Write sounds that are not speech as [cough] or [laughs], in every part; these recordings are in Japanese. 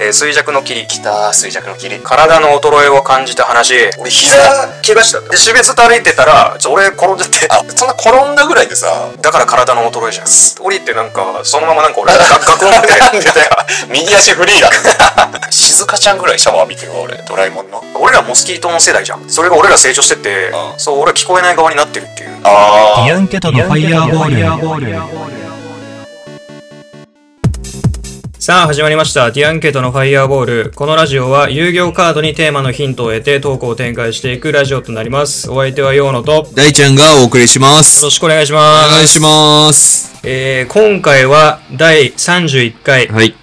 えー衰弱の霧。た衰弱の霧体の衰えを感じた話。俺膝怪我したんだよで、死別と歩いてたら、ちょ俺転んじゃって。 [laughs] あそんな転んだぐらいでさだから体の衰えじゃん。降りてなんか、そのままなんか [laughs] 俺、ガガクンって右足フリーだ [laughs] 静香ちゃんぐらいシャワー浴びてるわ俺ドラえもんの俺らモスキートの世代じゃん。それが俺ら成長してって、うんそう、俺は聞こえない側になってるっていう。あヤンケトのファイヤーボール。さあ始まりました。ディアンケートのファイヤーボール。このラジオは有料カードにテーマのヒントを得てトークを展開していくラジオとなります。お相手はヨーノとよ大ちゃんがお送りします。ろおしくお願いします。願いします。えー、今回は第31回。はい。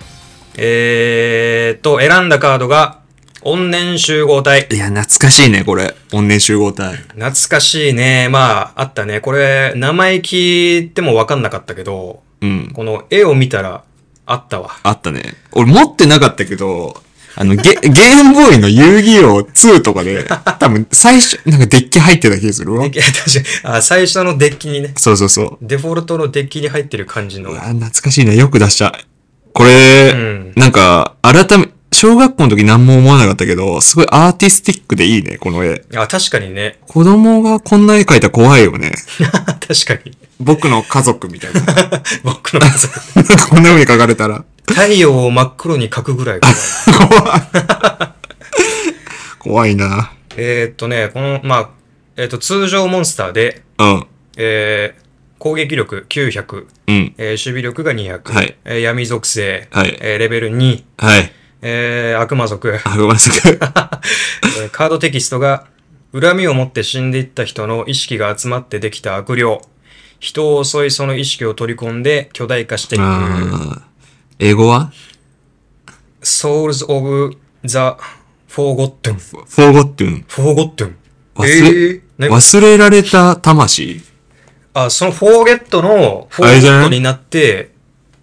えーっと、選んだカードが、怨念集合体。いや、懐かしいね、これ。怨念集合体。懐かしいね。まあ、あったね。これ、名前聞いてもわかんなかったけど、うん。この絵を見たら、あったわ。あったね。俺持ってなかったけど、あの、ゲ、 [laughs] ゲームボーイの遊戯王2とかで、多分最初、なんかデッキ入ってた気がするわい。や確かにあ、最初のデッキにね。そうそうそう。デフォルトのデッキに入ってる感じのう。わ、懐かしいね。よく出した。これ、うんなんか、改め、小学校の時何も思わなかったけど、すごいアーティスティックでいいね、この絵。あ、確かにね。 [laughs] 子供がこんな絵描いたら怖いよね。確かに。僕の家族みたいな。僕の家族 [laughs] こんな風に描かれたら。太陽を真っ黒に描くぐらい怖い。怖い。怖いな。えーっとね、この、まあ、えーっと、通常モンスターで、うん。えー攻撃力900、うん。えー守備力が200、はいえー闇属性、はいえーレベル2、はい。えー悪魔族、あ、ごめん [laughs] なさい。えーカードテキストが、恨みを持って死んでいった人の意識が集まってできた悪霊。人を襲いその意識を取り込んで巨大化していく。あー英語は Souls of the Forgotten。 forgotten. Forgotten。忘えれ、ーね忘れられた魂あ、その Forget のあれじゃ Forget ないになって、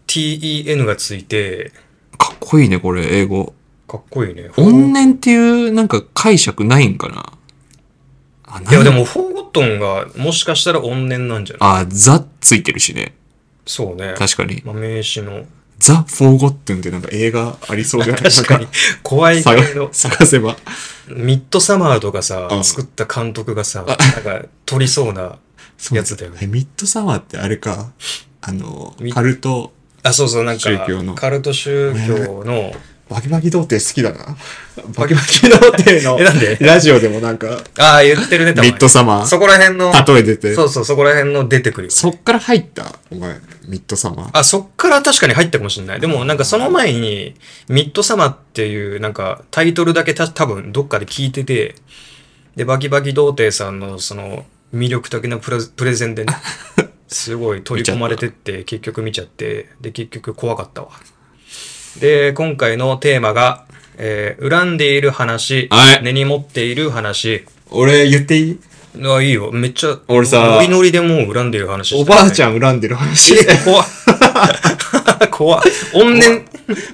ten がついて、かっこいいね、これ、英語。かっこいいね。怨念っていう、なんか解釈ないんかなあ、ないや、で。も、フォーゴットンが、もしかしたら怨念なんじゃないあ、ザついてるしね。そうね。確かに。まあ、名詞の。ザ・フォーゴットゥンってなんか映画あり [laughs] そうじゃない確かに。。怖い探けど、探せば。ミッドサマーとかさう、ん作った監督がさ、なんか、撮りそうなそうやつだよね。えミッドサマーってあれか。あのミ、カルト、あ、そうそう、なんか宗教の、カルト宗教の、バキバキ童貞好きだな。バキバキ童貞の [laughs] えなんでラジオでもなんか、ああ、言ってるね、たまに [laughs] ミッドサマそー、こら辺の、例え出て。そうそう、そこら辺の出てくるよ。そっから入った、お前、ミッドサマー。あ、そっから確かに入ったかもしれない。でもなんかその前に、ミッドサマーっていうなんかタイトルだけた多分どっかで聞いてて、で、バキバキ童貞さんのその魅力的なプレプレゼン [laughs] でね、すごい取り込まれてって結局見ちゃって、で、結局怖かったわ。で、今回のテーマが、えー恨んでいる話、はい根に持っている話。俺言っていいあ、いいよ。めっちゃ、俺さノリノリでもう恨んでいる話しておたねばあちゃん恨んでる話。え、 [laughs] 怖っ [laughs] 怖っ怨念、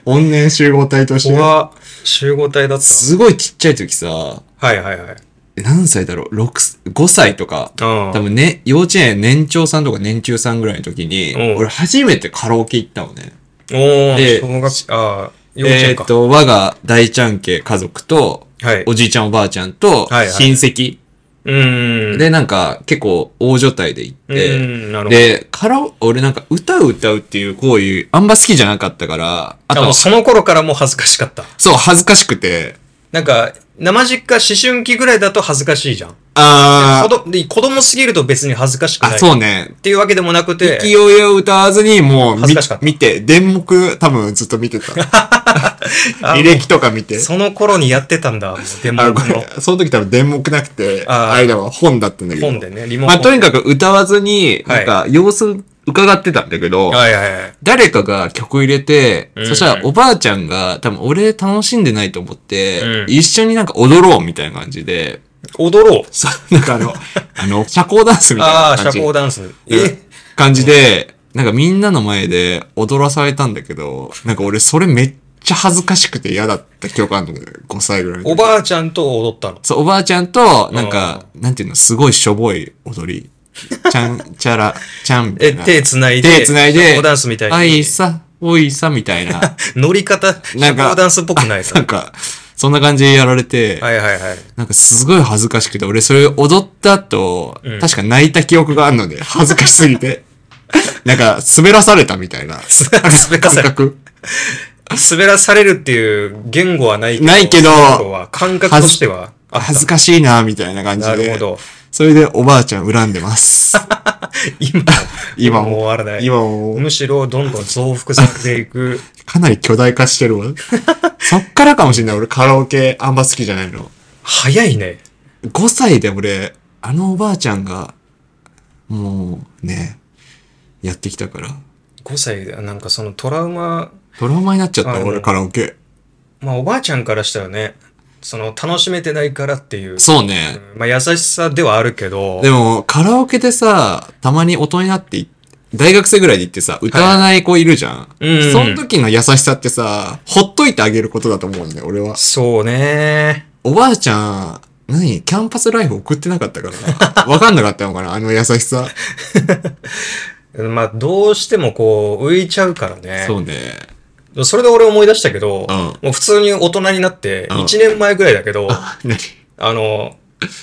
怨念集合体として。怖っ集合体だったすごいちっちゃい時さ、わ。はいはいはい。何歳だろう ?6、5歳とか。うん。多分ね、幼稚園年長さんとか年中さんぐらいの時に、うん俺初めてカラオケ行ったのね。おー、で小学、ああ、幼稚え園ーかっ。と、我が大ちゃん家家族と、はい。おじいちゃんおばあちゃんとはいはい親戚うーん。でなんか結構大所帯で行っうて、ーん、なるほど。で、カラオ、俺なんか歌を歌うっていう行為あんま好きじゃなかったから、ああ、もとう、その頃からもう恥ずかしかった。そう恥ずかしくて、なんか、生実家思春期ぐらいだと恥ずかしいじゃん。あ子どで子供すぎると別に恥ずかしくー、ない。あ、っそうね。ていうわけでもなくて、勢いを歌わずにもう恥ず見かしかった見て、電目多分ずっと見てた。あ履歴とか見て。その頃にやってたんだ、もうデモ [laughs] あのの、これ、その時多分電目なくて、あーあれだわ、本だったんだけど。本でね、リモコまン。あ、とにかく歌わずに、はないんか、様子伺ってたんだけど、はいはいはい。誰かが曲入れて、うんそしたらおばあちゃんが、多分俺楽しんでないと思って、うん一緒になんか踊ろうみたいな感じで、踊ろう。そう、なんか [laughs] あの、あの、社交ダンスみあたあ、いな社感じ。交ダンス。うん感じで、なんかみんなの前で踊らされたんだけど、なんか俺それめっちゃ恥ずかしくて嫌だった記憶あるのよ、5歳ぐらいの時。おばあちゃんと踊ったの。そう、おばあちゃんと、なんか、なんていうの、すごいしょぼい踊り。 [laughs] ちゃん、ちゃら、ちゃんみたえ、いな。手繋いで。手繋いで、社交ダンスみたいに。はい、さ、おいさ、みたい [laughs] な。乗り方、社なん交かダンスっぽくないですなんか、そんな感じでやられて、はいはいはい。なんかすごい恥ずかしくて、俺それ踊った後、うん確か泣いた記憶があるので、 [laughs] 恥ずかしすぎて。なんか、滑らされたみたいな。 [laughs] 滑らされ感覚滑らされるっていう言語はないけど。ないけど言語は感覚としてはあった。恥ずかしいな、みたいな感じなで。るほど。それでおばあちゃん恨ん [laughs] でます。今、今もうも、終わらない。今も、むしろどんどん増幅されていく。かなり巨大化して [laughs] るわ。そっからかもしれない。俺カラオケあんま好きじゃないの。早いね。 5歳で俺、あのおばあちゃんが、もうね、やってきたから。 5歳で、なんかそのトラウマ、トラウマになっちゃったあわう俺んカラオケ。まあおばあちゃんからしたらね、その楽しめてないからっていう。そうね。まあ優しさではあるけど。でも、カラオケでさ、たまに大人になってい、大学生ぐらいで行ってさ、歌わない子いるじゃん。うんその時の優しさってさ、ほっといてあげることだと思うんだよ、俺は。そうね。おばあちゃん、何キャンパスライフ送ってなかっ [laughs] たからな。わかんなかったのかなあの優しさ。まあどうしてもこう浮いちゃうからね。そうね。それで俺思い出したけど、うんもう普通に大人になって、うん1年前ぐらいだけ [laughs] ど、何あの、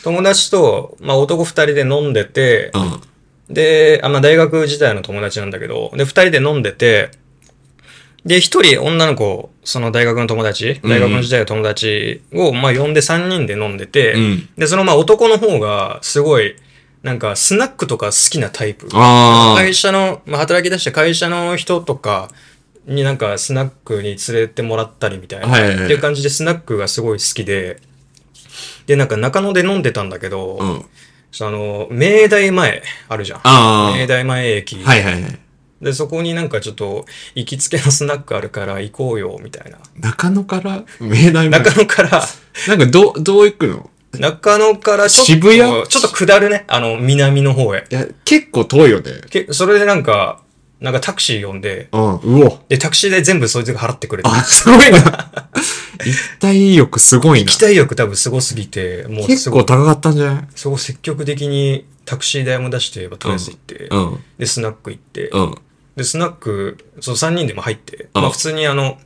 友達と、まあ男2人で飲んでて、うん。で、あまあ、大学時代の友達なんだけど、で、二人で飲んでて、で、一人女の子、その大学の友達、うん大学の時代の友達を、まあ、呼んで三人で飲んでて、うんで、その、まあ、男の方が、すごい、なんか、スナックとか好きなタイプ。あ会ー。社の、まあ、働き出して会社の人とかになんかスナックに連れてもらったりみたいな、はいはいはいっていう感じでスナックがすごい好きで、で、なんか中野で飲んでたんだけど、うん。その、明大前あるじゃん。あ明ー。大前駅、はいはいはい。で、そこになんかちょっと行きつけのスナックあるから行こうよ、みたいな。中野から明大まで中野 [laughs] から、なんかど、うどう行くの中野からちょっと、渋谷ちょっと下るね。あの、南の方へ。いや、結構遠いよね。けそれでなんか、なんかタクシー呼んで、うん。うお。で、タクシー代全部そいつが払ってくれて。あ、すごいな。一体欲すごいな。期待力多分すごすぎて、もうす結ご構い、高かったんじゃないすごい積極的にタクシー代も出して、まあとりあえず行って、うん。で、スナック行って、うん。で、スナック、その3人でも入って、うんまあ普通にあの、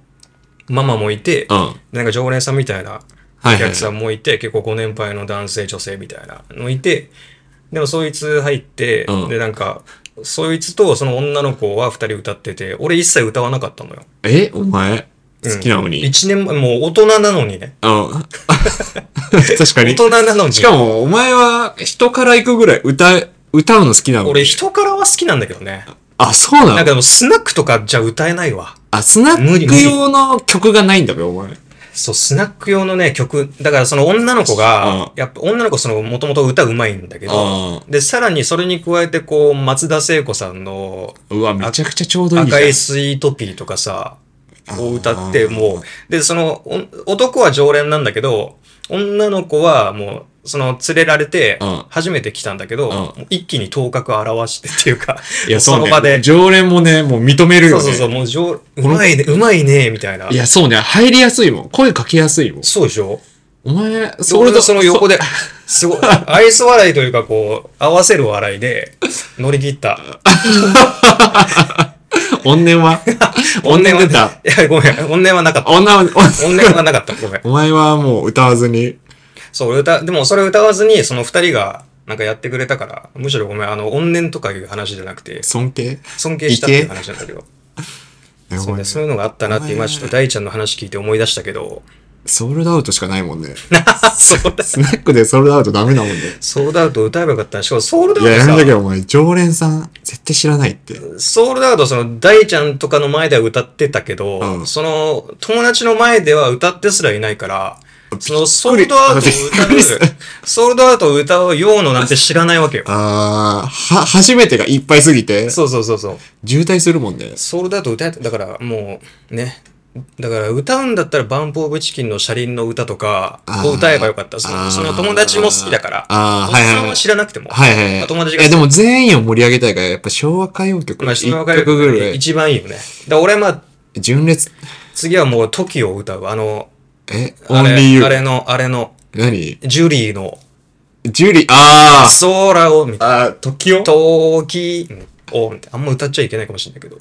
ママもいて、うん。はなんか常連さんみたいないおはい客さんもいて、結構ご年配の男性、女性みたいなのいて、でもそいつ入って、うんで、なんか、そいつとその女の子は2人歌ってて、俺一切歌わなかったのよ。え、お前、好きなのに。 1年前、もう大人なのにね。うん。 [laughs] 確か大に。人なのに。しかも、お前は人から行くぐらい歌う、歌うの好きなのに俺。人からは好きなんだけどね。あ、そうななのんかでもスナックとかじゃ歌えないわ。あ、スナ無ッ理無ク理用の曲がないんだべ、お前。そう、スナック用のね、曲。だからその女の子が、うやっぱ女の子そのもともと歌うまいんだけど、うで、さらにそれに加えてこう、松田聖子さんのうわ、めちゃくちゃちょうどいいじゃ赤ん。いスイートピーとかさ、を歌って、あーもう、で、その、お男は常連なんだけど、女の子はもう、その、連れられてうん、初めて来たんだけど、うんもう一気に頭角を現してっていうか、いや、そそうのね場で。常連もね、もう認めるよそうね。そうそう、もう上、うまいね、うまいね、みたいな。いや、そうね、入りやすいもん。声かけやすいもん。そうでしょお前、そ俺とその横で。で、すごい、愛想笑いというか、こう、合わせる笑いで、乗り切った。怨念 [laughs] は怨念出た。いや、ごめん、怨念はなかった。女は、怨念はなかった、ごめん。お前はもう歌わずに。そう、俺歌、でもそれ歌わずに、その二人が、なんかやってくれたから、むしろごめん、あの、怨念とかいう話じゃなくて、尊敬尊敬したっていう話なんだけど、いやそうおね、前そういうのがあったなって今ちょっと大ちゃんの話聞いて思い出したけど、ソールドアウトしかないもんね。 [laughs] そうだスナックでソールドアウトダメだもんね。ソールドアウト歌えばよかったな。しかもソールドいや、やアめウとトさ、けよ、お前。常連さん、絶対知らないって。ソールドアウトその大ちゃんとかの前では歌ってたけど、うんその友達の前では歌ってすらいないから、そのソールドアウトをびっ歌くうりした、 [laughs] ソールドアウトを歌うようのなんて知らないわけよ。あー、は、初めてがいっぱいすぎて、そうそうそうそう。渋滞するもんね。ソールドアウト歌えた、だからもうね、だから歌うんだったらバンプオブチキンの車輪の歌とかあーを歌えばよかった。そあのーその友達も好きだから、あーおっはいさはいんははい知らなくても、はいはいはい。友達いが好や、きでも全員を盛り上げたいから、やっぱ昭和歌謡曲。まあ、一その若い曲ぐらい。一番いいよね。だ俺はまあ、純烈。次はもう TOKIO を歌う。あの、え、オあンリーれユあれー。の、あれの、何ジュリーの、ジュリー、あー。空を、みたいな。あー、時を時を、みたいなあんま歌っちゃいけないかもしれないけど。っ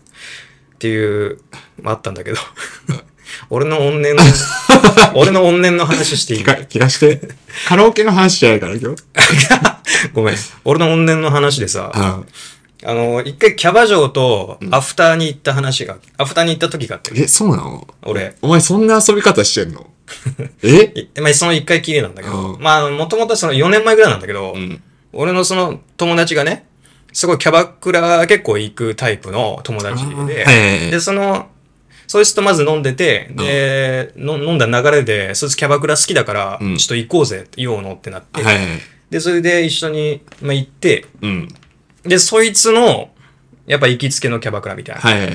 ていう、あったんだけど。 [laughs] 俺の怨 [laughs] 念の、俺の怨念の話していい聞か、聞か [laughs] して。カラオケの話じゃないから今日。ごめん。俺の怨念の話でさ、あああの、一回キャバ嬢とアフターに行った話が、アフターに行った時があって、え、そうなの俺。お前そんな遊び方して [laughs] んのえいまあ、その一回きりなんだけど、うんまあ、もともとその4年前ぐらいなんだけど、ん俺のその友達がね、すごいキャバクラ結構行くタイプの友達で、はいで、その、そいつとまず飲んでて、で、の飲んだ流れで、そいつキャバクラ好きだから、うんちょっと行こうぜ、言おうのってなって、はい。で、それで一緒に、まあ、行って、うん。で、そいつの、やっぱ行きつけのキャバクラみたいな。はい。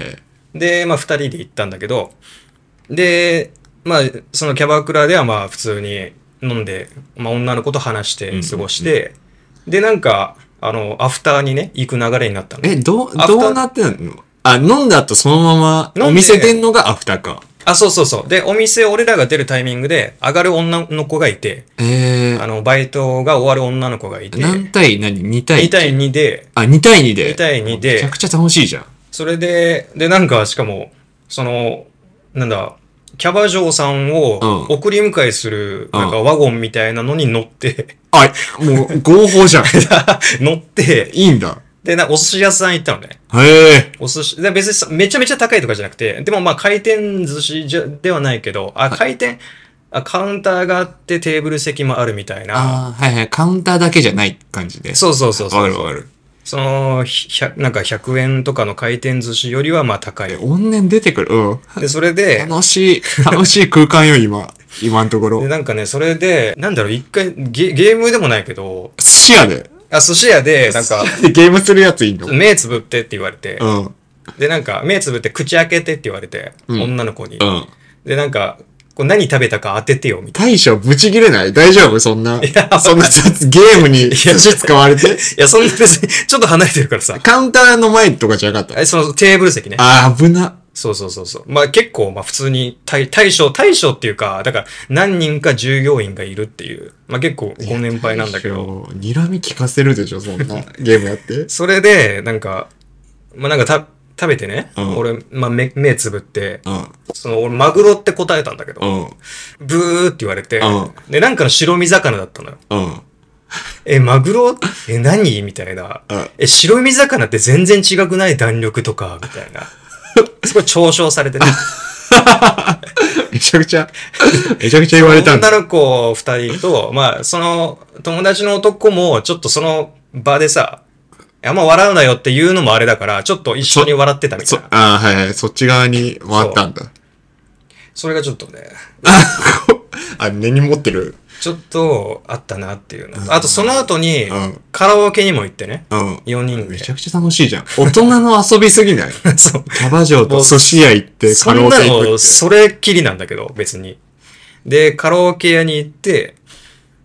で、まあ、二人で行ったんだけど、で、まあ、そのキャバクラではまあ、普通に飲んで、まあ、女の子と話して過ごして、で、なんか、あの、アフターにね、行く流れになったの。え、どアう、フターどうなってんのあ、飲んだ後そのまま、飲んでお店出んのがアフターか。あ、そうそうそう。で、お店、俺らが出るタイミングで、上がる女の子がいて、え [laughs] あの、バイトが終わる女の子がいて、ー、何対何 ?2 対2対2で、あ、2対2で。 2対2めちゃでく、ちゃ楽しいじゃん。それで、で、なんか、しかも、その、なんだ、キャバ嬢さんをうん送り迎えする、なんかうワゴンみたいなのに乗って、 [laughs] あ、もう合法じゃん。乗って、いいんだ。で、な、お寿司屋さん行ったのね。へえ。お寿司、で別にさめちゃめちゃ高いとかじゃなくて、でもまあ回転寿司じゃではないけど、あ、回転、あカウンターがあってテーブル席もあるみたいな。ああ、はいはい。カウンターだけじゃない感じで。そうそうそうそう。わかるわかる。その、ひひゃなんか100円とかの回転寿司よりはまあ高いえ、。怨念出てくる。うん。で、それで、楽しい、楽しい空間 [laughs] よ、今。今のところ。で好なんかね、それで、なんだろう、一回ゲ、ゲームでもないけど、きや [laughs] で。あ、寿司屋で、なんか、ゲームするやついいの目つぶってって言われてう、ん。で、なんか、目つぶって口開けてって言われて、うん女の子にう。ん。で、なんか、こう何食べたか当ててよ、みたい大将、ブチ切れない大丈夫そんな。やそんな雑、ゲームに寿司使われて。な。いや、そんな [laughs] 別に、ちょっと離れてるからさ。カウンターの前とかじゃなかった。えそのテーブル席ね。あー、危な。そうそうそうそう。まあ結構、まあ普通に対、大将、大将っていうか、だから何人か従業員がいるっていう、まあ結構ご年配なんだけど、大将。睨み聞かせるでしょ、そん [laughs] な。ゲームやって。それで、なんか、まあなんかた食べてね、うん俺、まあ目目つぶって、うん。その俺マグロって答えたんだけど、うん。ブーって言われて、うんで、なんかの白身魚だったのよ。うん。え、マグロえ、何みたいなうん。え、白身魚って全然違くない弾力とか、みた [laughs] いな。すごい嘲笑されてね。めちゃくち [laughs] ゃ、めちゃくち [laughs] ゃ言われたんだ。女の子二人と、まあ、その、友達の男も、ちょっとその場でさ、あんま笑うなよって言うのもあれだから、ちょっと一緒に笑ってたみたそいな。あーはいはい。そっち側に回ったんだ。それがちょっとね、 [laughs] あ、根に持ってる。ちょっとあったなっていうの。あと、その後にうん、カラオケにも行ってね。うん。 4人めでち。ゃくちゃ楽しいじ [laughs] ゃん。大人の遊びすぎないそう。キャバ嬢と寿司屋行ってそカラんオケな行くの、って。それっきりなんだけど、別に。で、カラオケ屋に行って、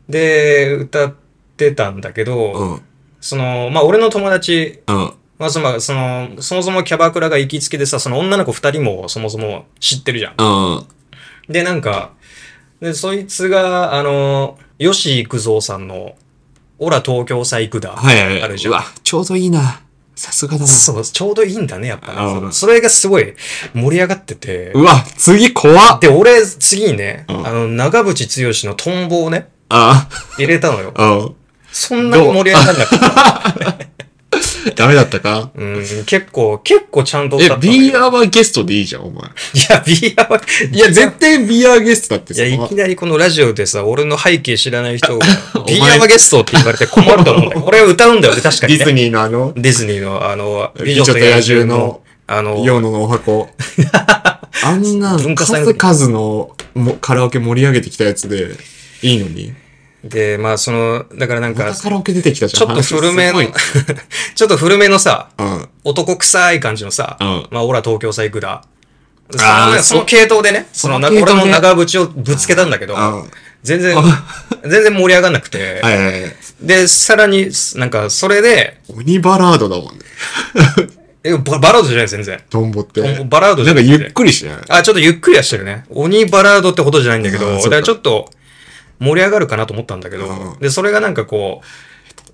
で、歌ってたんだけど、うん。その、まあ、俺の友達、うん。まあ、その、その、そもそもキャバクラが行きつけでさ、その女の子二人もそもそも知ってるじゃん。うん。で、なんか、で、そいつが、あの、吉幾三さんの、オラ東京さ行くだ。はいはいはい。あるじゃんうわ、ちょうどいいな。さすがだな。そう、ちょうどいいんだね、やっぱね、うんそのそれがすごい盛り上がってて。うわ、次怖っ。で、俺、次にね、うんあの、長渕剛のトンボをね、あ、入れたのよ。うん。そんなに盛り上がんなく [laughs] て。ダメだったかうん、結構、結構ちゃんとえ歌っ、たのよ。ビーアーはゲストでいいじゃん、お前。いや、ビアはいいや、絶対ビーアーゲストだっていや、いきなりこのラジオでさ、俺の背景知らない [laughs] 人が、ビ前ーアマゲストって言われて困ると思うんだけ [laughs] ど、これ歌うんだよね、確かデに、ィズね。ニーのあの、ディズニーの、あの、美女と野獣の、あの、ヨーノの [laughs] お箱。あんな文化祭の時数々のもカラオケ盛り上げてきたやつで、いいのに。で、まあ、その、だからなんまか、たちカラオケ出てきたじゃん。ょっと古めの、 [laughs] 話すごいちょっと古めのさ、うん。男臭い感じのさ、うんまあ、オラ東京サイクラ。そあーのその系統でね、そのなその系俺統ねも長渕をぶつけたんだけどうん、全然、全然盛り上がんなくて、はいはいはい。で、さらに、なんか、それで、鬼バラードだもんね。えババラードじゃない、全然。トンボって。バラードじゃなんかなくてゆっくりしてないあ、ちょっとゆっくりはしてるね。鬼バラードってことじゃないんだけあど、ーだそうかからちょっと盛り上がるかなと思ったんだけどう、んで、それがなんかこ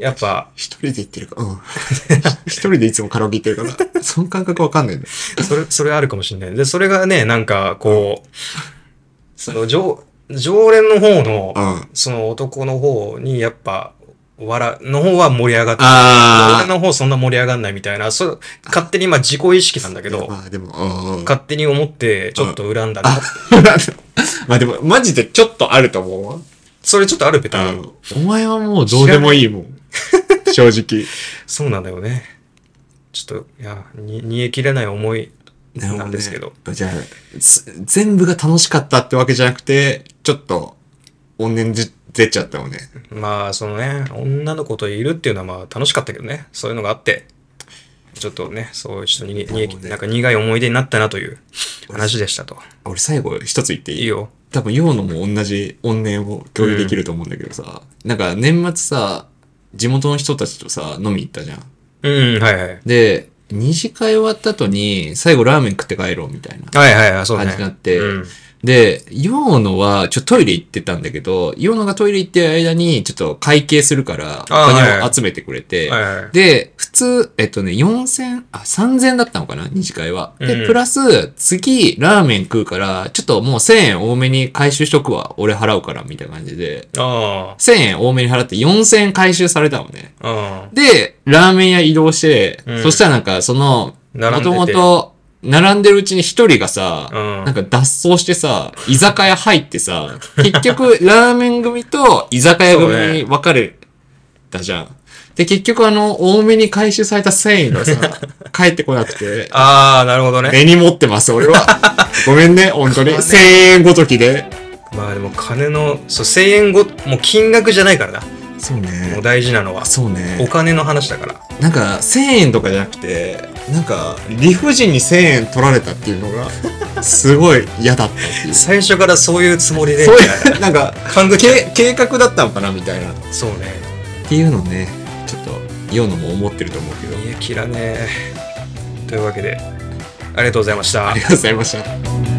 う、やっぱ、一人で行ってるか。うん。 [laughs] 一人でいつもカラオケ行ってるから。その感覚わかんないんだ [laughs] よ。それ、それあるかもしれない。で、それがね、なんか、こう、その、常、常連の方の、うん。その男の方に、やっぱ、笑、の方は盛り上がって、常連あの方そんな盛り上がんないみたいな、そう、勝手に、まあ自己意識なんだけあ。ど、まあでも、うんうん。勝手に思って、ちょっと恨んだな。 [laughs] まあでも、マジでちょっとあると思うわ。それちょっとあるべた。うん。お前はもうどうでもいいもん。正直。そうなんだよね。ちょっと、いや、に、煮え切れない思い [laughs] なんですけど。じゃあ、す全部が楽しかったってわけじゃなくて、ちょっと、怨念じ出ちゃったもんね。まあ、そのね、女の子といるっていうのはまあ楽しかったけどね。そういうのがあって、ちょっとね、そう、ちょっとに、にもうねなんか苦い思い出になったなという話でしたと。俺最後一つ言っていいいいよ。多分、ヨウのも同じ怨念を共有できると思うんだけどさ、なんか年末さ、地元の人たちとさ、飲み行ったじゃん。うん、はいはい。で、二次会終わった後に、最後ラーメン食って帰ろうみたいなはいはいはい、そうね。感じになって、うん。で、ヨウノは、ちょ、トイレ行ってたんだけど、ヨウノがトイレ行ってる間に、ちょっと会計するから、おあーはい金はをい集めてくれて、はいはい。で、普通、えっとね、4000、あ、3000だったのかな二次会は。うで、んプラス、次、ラーメン食うから、ちょっともう1000円多めに回収しとくわ。俺払うから、みたいな感じで。あ1000円多めに払って4000円回収されたのね。あ、ああ、で、ラーメン屋移動して、うんそしたらなんか、その、並もんでとてもと、並んでるうちに一人がさ、うんなんか脱走してさ、居酒屋入ってさ、結 [laughs] 局、ラーメン組と居酒屋組に分かれたじゃん。で、結局あの、多めに回収された繊維 [laughs] がさ、帰ってこなくて、ああ、なるほどね。根に持ってます、俺は。ごめんね、本当に。1000円ごときで。まあでも金の、そう、1000円ご、もう金額じゃないからな。そうもうね。大事なのは、そうおね。金の話だから。なんか、1000円とかじゃなくて、なんか、理不尽に1000円取られたっていうのが、すごい嫌だったっていう。 [laughs] そ最初からそういうつもりで、ういう、なんか、感激。け計画だったのかなみたいな。っそうね。ていうのね、ちょっと、ヨウノも思ってると思うけど。煮え切らねえ。というわけで、ありがとうございました [laughs] あり。がとうございました。